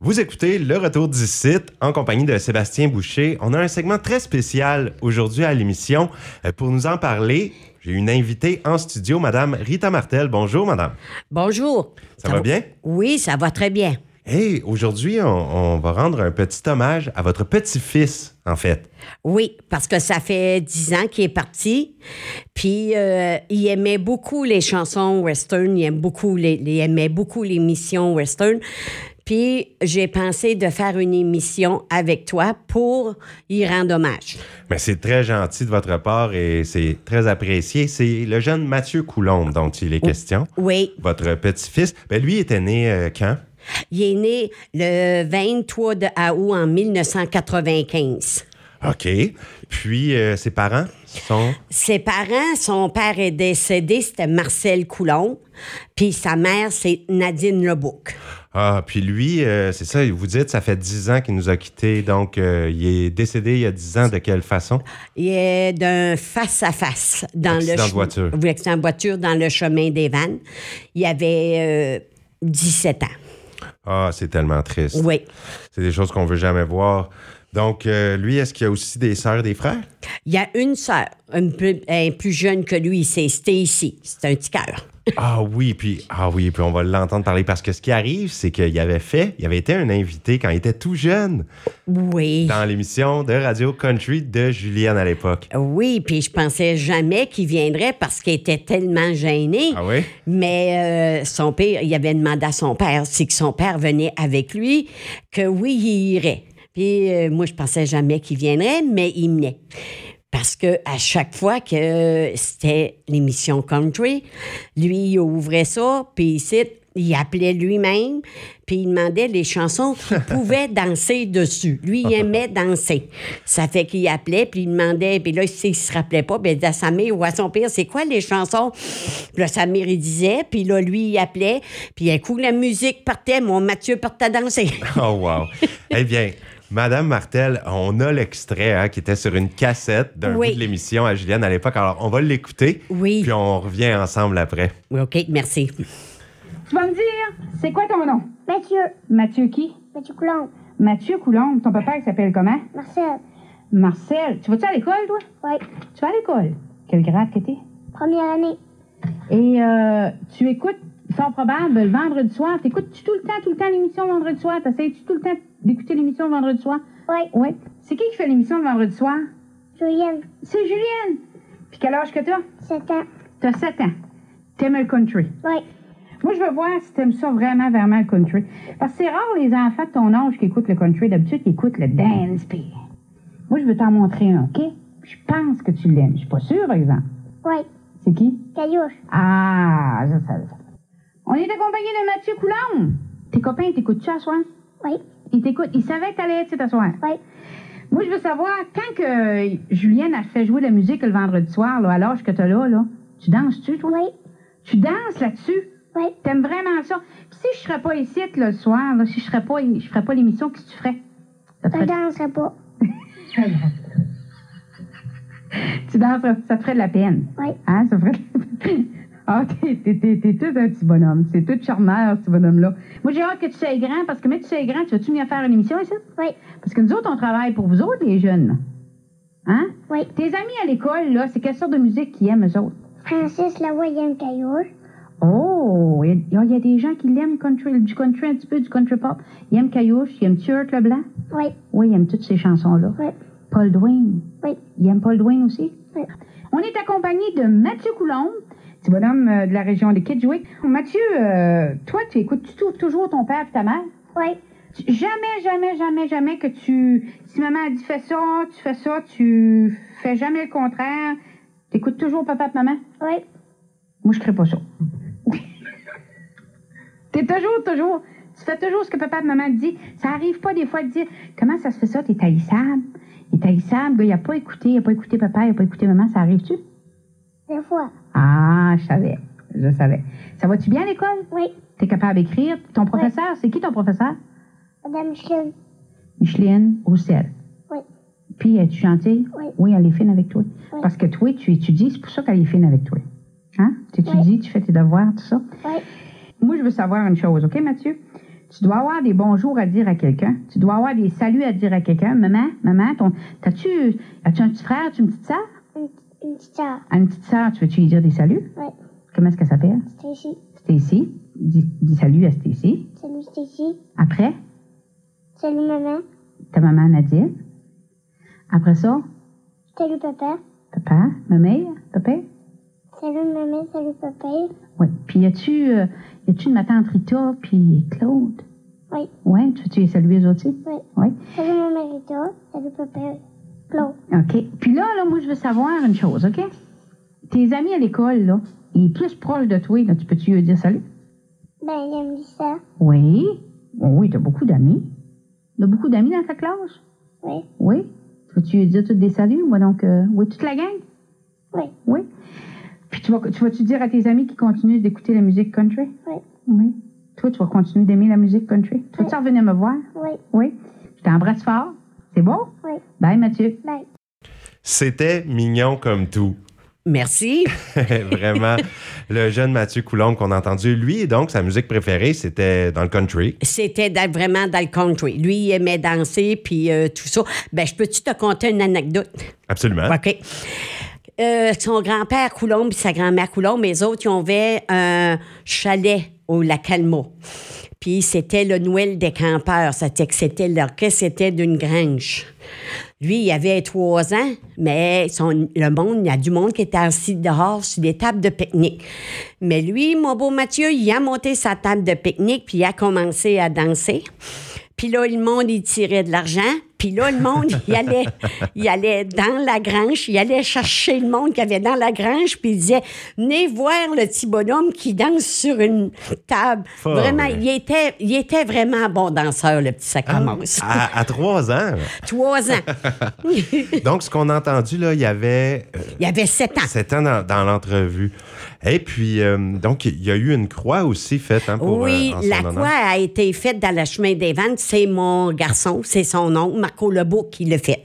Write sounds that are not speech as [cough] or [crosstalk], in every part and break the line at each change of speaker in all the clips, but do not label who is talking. Vous écoutez Le Retour du site en compagnie de Sébastien Boucher. On a un segment très spécial aujourd'hui à l'émission. Euh, Pour nous en parler, j'ai une invitée en studio, Madame Rita Martel. Bonjour, Madame.
Bonjour.
Ça va bien?
Oui, ça va très bien.
Hey, aujourd'hui, on, on va rendre un petit hommage à votre petit-fils, en fait.
Oui, parce que ça fait dix ans qu'il est parti. Puis euh, il aimait beaucoup les chansons western, il aime beaucoup les, il aimait beaucoup l'émission western. Puis j'ai pensé de faire une émission avec toi pour y rendre hommage.
Mais c'est très gentil de votre part et c'est très apprécié. C'est le jeune Mathieu Coulombe dont il est question.
Oui,
Votre petit-fils, ben lui était né euh, quand?
il est né le 23 de août en 1995.
OK. Puis euh, ses parents sont.
Ses parents, son père est décédé, c'était Marcel Coulon, puis sa mère, c'est Nadine Lebouc.
Ah, puis lui, euh, c'est ça, vous dites, ça fait 10 ans qu'il nous a quittés, donc euh, il est décédé il y a 10 ans, de quelle façon?
Il est d'un face-à-face dans
Accident
le
de
chem-
voiture.
Oui, accident de voiture dans le chemin des vannes. Il avait euh, 17 ans.
Ah, c'est tellement triste.
Oui.
C'est des choses qu'on veut jamais voir. Donc, euh, lui, est-ce qu'il y a aussi des sœurs, des frères?
Il y a une sœur, une plus, un plus jeune que lui, c'est Stacy. C'est un petit cœur.
Ah oui, puis ah oui, puis on va l'entendre parler parce que ce qui arrive, c'est qu'il avait fait, il avait été un invité quand il était tout jeune
Oui.
dans l'émission de Radio Country de Julienne à l'époque.
Oui, puis je pensais jamais qu'il viendrait parce qu'il était tellement gêné.
Ah oui?
Mais euh, son père, il avait demandé à son père, c'est que son père venait avec lui, que oui, il irait. Puis euh, moi, je pensais jamais qu'il viendrait, mais il venait. Parce que à chaque fois que c'était l'émission Country, lui, il ouvrait ça, puis ici, il appelait lui-même, puis il demandait les chansons qu'il pouvait danser dessus. Lui, il aimait danser. Ça fait qu'il appelait, puis il demandait, puis là, s'il se rappelait pas, ben, il disait à sa mère ou à son père, c'est quoi les chansons? Puis là, sa mère, il disait, puis là, lui, il appelait, puis un coup, la musique partait, mon Mathieu partait danser.
[laughs] Oh wow. eh bien, Madame Martel, on a l'extrait hein, qui était sur une cassette d'un
Oui.
bout de l'émission à Julienne à l'époque. Alors, on va l'écouter.
Oui.
Puis on revient ensemble après.
Oui, OK, merci.
Tu vas me dire, c'est quoi ton nom?
Mathieu,
Mathieu qui?
Mathieu Coulombe,
Mathieu Coulombe. Ton papa, il s'appelle comment?
Marcel,
Marcel. Tu vas-tu à l'école, toi?
ouais,
Tu vas à l'école. Quel grade que t'es?
première année,
Et euh, tu écoutes, fort probable, le vendredi soir. T'écoutes-tu tout le temps, tout le temps l'émission le vendredi soir? T'essayes-tu tout le temps d'écouter l'émission le vendredi soir?
ouais,
Oui. C'est qui qui fait l'émission le vendredi soir?
Julienne,
C'est Julienne. Puis quel âge que t'as?
7 ans,
T'as 7 ans. T'aimes le country.
ouais,
Moi, je veux voir si t'aimes ça vraiment, vraiment le country. Parce que c'est rare les enfants de ton âge qui écoutent le country. D'habitude, ils écoutent le dance, puis... Moi, je veux t'en montrer un, OK? Je pense que tu l'aimes. Je suis pas sûre, par exemple.
ouais,
C'est qui?
Caillouche,
Ah, je savais ça. On est accompagné de Mathieu Coulombe. Tes copains, ils t'écoutent-tu à soir?
ouais,
Ils t'écoutent. Ils savaient que t'allais être cet à soir.
ouais,
Moi, je veux savoir, quand que euh, Julienne a fait jouer de la musique le vendredi soir, là, à l'âge que t'as là, là, tu danses-tu, toi?
ouais,
Tu danses là-dessus?
ouais,
T'aimes vraiment ça? Puis si je serais pas ici le soir, là, si je serais pas, je ferais pas l'émission, qu'est-ce que tu ferais? Ça te
je
ferait-
danserai pas,
[laughs] tu danserais, ça te ferait de la peine.
ouais,
Hein, ça ferait de la peine. [laughs] Ah, t'es, t'es, t'es- t'es tout un petit bonhomme. C'est tout charmeur, ce bonhomme-là. Moi, j'ai hâte que tu sois grand, parce que mais tu sois grand, tu vas-tu venir faire une émission ici?
ouais,
Parce que nous autres, on travaille pour vous autres, les jeunes. là. Hein?
ouais,
Tes amis à l'école, là, c'est quelle sorte de musique qu'ils aiment, eux autres?
Francis Lavoie il aime Caillouche,
Oh! Il y, a- il y a des gens qui l'aiment, country, du country un petit peu, du country pop. Ils aiment Caillouche, ils aiment Turc Leblanc.
ouais,
Oui, il aime toutes ces chansons-là.
ouais,
Paul Dwayne.
ouais,
Il aime Paul Dwayne aussi.
ouais,
On est accompagné de Mathieu Coulombe, petit bonhomme euh, de la région de Kedgewick. Mathieu, euh, toi, tu écoutes -tu tou- toujours ton père et ta mère?
ouais,
Tu- Jamais, jamais, jamais, jamais que tu... Si maman a dit fais ça, tu fais ça, tu fais jamais le contraire. Tu écoutes toujours papa et maman?
ouais,
Moi, je crée pas ça. [laughs] T'es toujours, toujours. Tu fais toujours ce que papa et maman te dit. Ça arrive pas des fois de dire comment ça se fait ça, t'es taillissable. Il est taillissable, gars, il a pas écouté, il a pas écouté papa, il a pas écouté maman, ça arrive-tu?
des fois,
Ah, je savais. Je savais. Ça va-tu bien à l'école?
ouais,
T'es capable d'écrire? Ton professeur, c'est qui ton professeur?
Madame Micheline,
Micheline Roussel.
Oui.
Puis, es-tu gentille?
Oui.
elle est fine avec toi.
Oui.
Parce que toi, tu étudies, c'est pour ça qu'elle est fine avec toi. Hein? Tu étudies, tu fais tes devoirs, tout ça.
ouais,
Moi, je veux savoir une chose, OK, Mathieu? Tu dois avoir des bonjours à dire à quelqu'un. Tu dois avoir des saluts à dire à quelqu'un. Maman, maman, ton, t'as-tu, as-tu un petit frère, as-tu une petite sœur?
Une, une petite sœur.
À une petite sœur, tu veux-tu lui dire des saluts?
Ouais,
Comment est-ce qu'elle s'appelle?
Stacy.
Stacy. Dis, dis salut à Stacy.
Salut Stacy.
Après,
Salut maman.
ta maman Nadine. Après ça,
Salut papa.
papa, ma mère, papa.
Salut maman. Salut papa.
Oui. Puis y a-tu, euh, y a-tu une ma tante Rita puis Claude?
Oui.
Oui, tu veux-tu les saluer eux aussi?
Oui.
Oui.
Salut maman Rita. Salut papa. Claude.
OK. Puis là, là, moi, je veux savoir une chose, OK? Tes amis à l'école, là, ils sont plus proches de toi, là, tu peux-tu lui dire salut?
Ben, j'aime Lisa.
Oui. Oh oui, t'as beaucoup d'amis. T'as beaucoup d'amis dans ta classe?
Oui.
Oui. Tu veux-tu lui dire tous des saluts, moi, donc, euh, oui, toute la gang?
Oui.
Oui. Puis tu vas, tu vas-tu dire à tes amis qui continuent d'écouter la musique country?
Oui.
Oui. Toi, tu vas continuer d'aimer la musique country. Tu vas-tu revenir me voir?
Oui.
Oui. Je t'embrasse fort. C'est bon?
Oui.
Bye, Mathieu.
Bye.
C'était mignon comme tout. [laughs]
Merci. [laughs]
Vraiment. le jeune Mathieu Coulombe qu'on a entendu, lui, donc, sa musique préférée, c'était dans le country.
C'était dans- vraiment dans le country. Lui, il aimait danser, puis euh, tout ça. Ben, je peux-tu te conter une anecdote?
Absolument.
OK. Euh, son grand-père Coulombe et sa grand-mère Coulombe, les autres, ils avaient un chalet au lac Alma. Puis c'était le Noël des campeurs. C'était que c'était l'orchestre, c'était d'une grange. Lui, il avait trois ans, mais son- le monde, il y a du monde qui était assis dehors sur des tables de pique-nique. Mais lui, mon beau Mathieu, il a monté sa table de pique-nique, puis il a commencé à danser. Puis là, le monde, il tirait de l'argent. Puis là, le monde, il allait, il allait dans la grange, il allait chercher le monde qu'il y avait dans la grange, puis il disait Venez voir le petit bonhomme qui danse sur une table.
Fort.
Vraiment, il était, il était vraiment un bon danseur, le petit sacrament.
À, à trois ans.
Trois ans.
Donc, ce qu'on a entendu, là, il y avait euh,
Il avait sept ans.
sept ans dans, dans l'entrevue. Et puis, euh, donc, il y a eu une croix aussi faite hein, pour
Oui,
euh, en son
la
honneur.
croix a été faite dans le chemin des ventes. C'est mon garçon, c'est son nom, Marco Lebeau, qui l'a fait.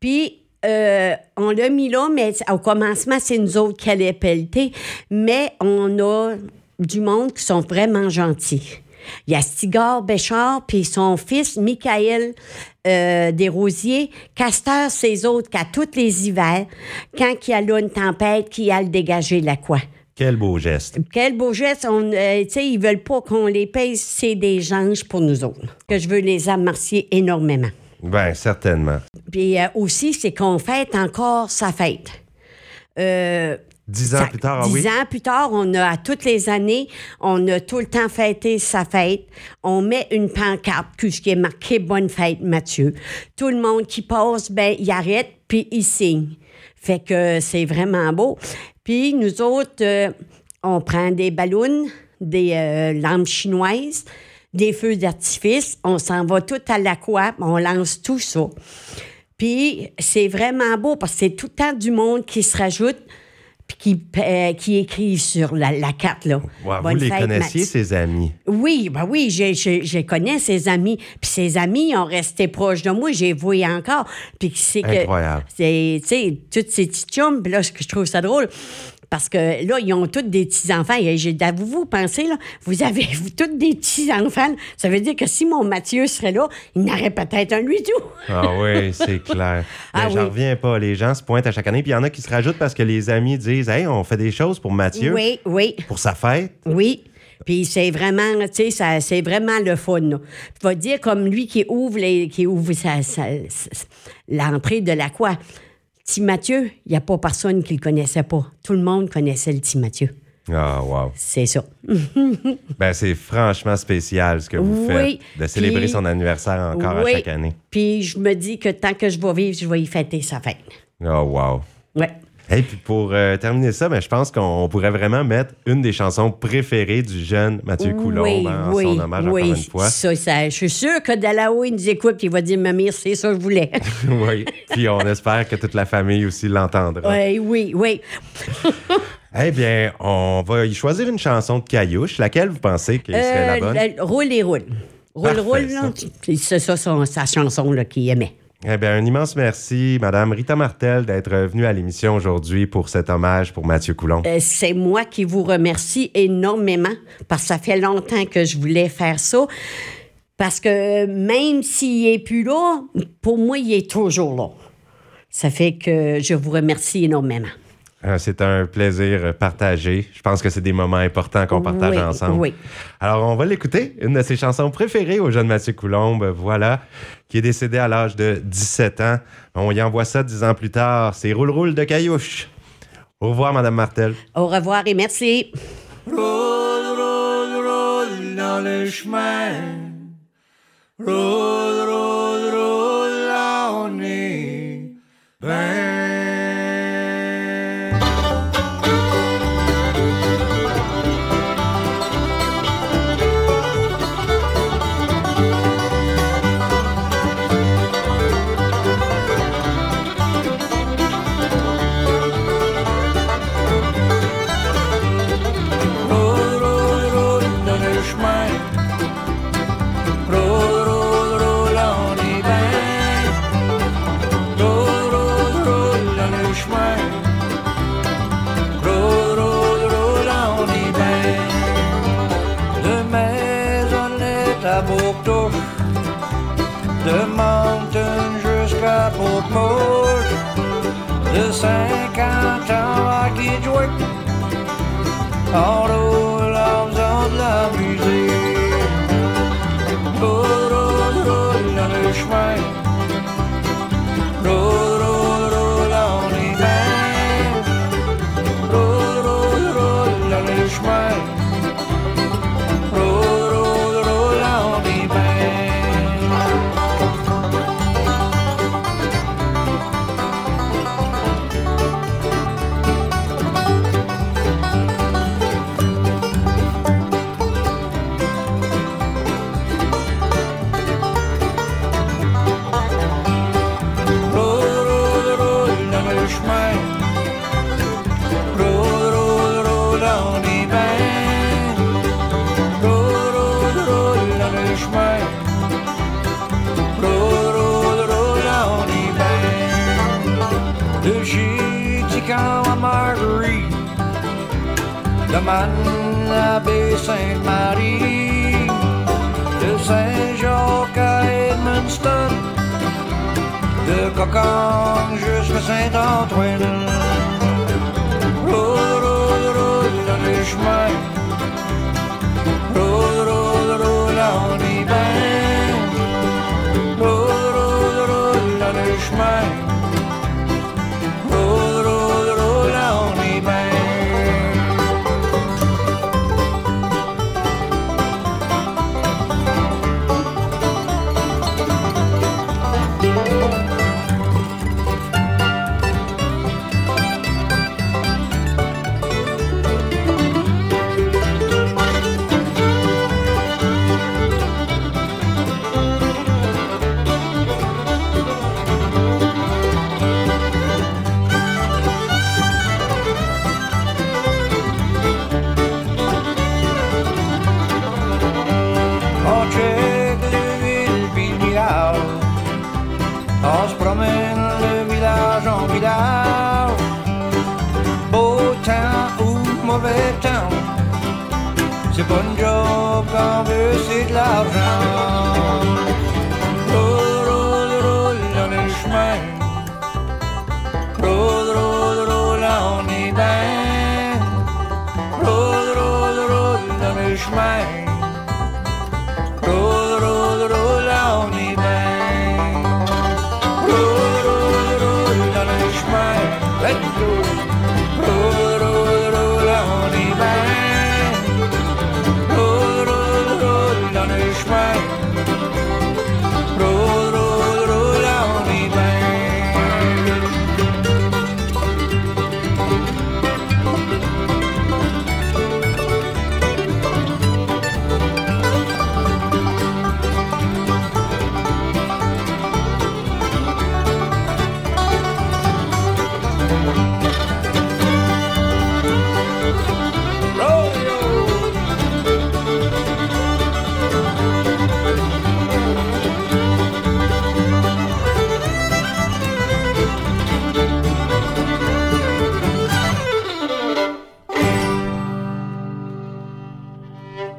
Puis, euh, on l'a mis là, mais au commencement, c'est nous autres qui allait pelleter. Mais on a du monde qui sont vraiment gentils. Il y a Stigard Béchard, puis son fils, Michael euh, Desrosiers. Casteur, ses autres, qu'à tous les hivers, quand il y a là une tempête, qui a le dégager la croix.
Quel beau geste.
Quel beau geste. On, euh, tu sais, ils veulent pas qu'on les paye. C'est des anges pour nous autres. Que je veux les remercier énormément.
Ben, certainement.
Puis euh, aussi, c'est qu'on fête encore sa fête. Euh,
Dix ans
ça-
plus tard, ah
dix
oui.
ans plus tard, on a à toutes les années, on a tout le temps fêté sa fête. On met une pancarte que- qui est marquée Bonne fête, Mathieu. Tout le monde qui passe, ben, il arrête puis il signe. Fait que c'est vraiment beau. Puis nous autres, euh, on prend des ballons, des euh, lampes chinoises, des feux d'artifice. On s'en va tout à la coop, on lance tout ça. Puis c'est vraiment beau parce que c'est tout le temps du monde qui se rajoute puis qui, euh, qui écrit sur la, la carte. Là.
Ouais, vous
Bonne
les
fête,
connaissiez,
Max.
ses amis.
Oui, ben oui, je, je, je connais ses amis. Puis ses amis ont resté proches de moi, j'ai vu encore. Puis c'est que...
Incroyable.
C'est, tu sais, toutes ces petites chums, puis là, ce que je trouve ça drôle, parce que là, ils ont tous des petits-enfants. Et j'ai, vous, vous pensez, là, vous avez [laughs] vous, tous des petits-enfants. là. Ça veut dire que si mon Mathieu serait là, il n'aurait peut-être un lui tout.
Ah oui, c'est clair. Mais
[laughs] Ah
j'en
oui.
reviens pas. Les gens se pointent à chaque année. Puis il y en a qui se rajoutent parce que les amis disent Hey, on fait des choses pour Mathieu,
Oui, oui.
pour sa fête.
Oui. Puis c'est vraiment, tu sais, ça- c'est vraiment le fun. là. Tu vas dire comme lui qui ouvre les, qui ouvre sa- sa- sa- l'entrée de la quoi. Petit Mathieu, il n'y a pas personne qui le connaissait pas. Tout le monde connaissait le petit Mathieu.
Ah, wow.
C'est ça.
Ben, c'est franchement spécial ce que vous
Oui,
faites de célébrer
puis-
son anniversaire encore
Oui.
à chaque année.
Puis je me dis que tant que je vais vivre, je vais y fêter sa fête.
Oh, wow.
Ouais.
Et puis pour euh, terminer ça, ben, je pense qu'on pourrait vraiment mettre une des chansons préférées du jeune Mathieu Coulombe hein, en son hommage
oui.
encore une fois.
Ça, ça- je suis sûr que de là-haut, il nous écoute puis il va dire Mamie, c'est ça que je voulais.
[laughs] oui. Puis on espère que toute la famille aussi l'entendra.
oui, oui, oui.
Eh bien, on va y choisir une chanson de Caillouche. Laquelle vous pensez qu'il serait la
Euh,
bonne?
la- roule et roule. Roule,
Parfait,
roule,
ça.
là. C'est ça, son- sa chanson là, qu'il aimait.
Eh bien, un immense merci, Madame Rita Martel, d'être venue à l'émission aujourd'hui pour cet hommage pour Mathieu Coulon.
Euh, c'est moi qui vous remercie énormément parce que ça fait longtemps que je voulais faire ça. Parce que même s'il n'est plus là, pour moi, il est toujours là. Ça fait que je vous remercie énormément.
Euh, C'est un plaisir partagé. Je pense que c'est des moments importants qu'on partage
Oui,
ensemble.
oui.
Alors, on va l'écouter, une de ses chansons préférées au jeune Mathieu Coulombe, voilà, qui est décédé à l'âge de 17 ans. On y envoie ça dix ans plus tard. C'est Roule-Roule de Caillouche. Au revoir, Madame Martel.
Au revoir et merci.
Roule, roule, roule dans le chemin. Roule, roule, roule, là on est vingt. Roule, roule, roule dans le chemin. Roule, roule, roule, là on est bien. Roule, roule, roule dans le chemin. Roule, roule, roule, là on est bien. De Maisonnette à Bourgdouche, de Moncton jusqu'à Portmouche, de 50 ans à Kidjouac. En roule en faisant de la musique Roule, roule, roule dans le chemin Roule, roule, roule en hiver Roule, roule, roule dans le chemin Roule, roule, roule en hiver Roule, roule, roule dans le chemin. Roule, roule, roule, on est bien. Roule, roule, roule dans le chemin. Roule, roule, roule, on est bien. De Chicago à Marguerite, de Manabé Sainte-Marie, de Saint-Jacques à Edmundston de Cocan jusqu'à Saint-Antoine. Roule, roule, roule dans le chemin. Roule, roule, roule, on est bien. Roule, roule, roule dans le chemin. Roule, roule, roule, on est bien. On check le ville puis le village. On se promène le village en village. Beau temps ou mauvais temps. C'est bon job quand on veut, c'est de l'argent.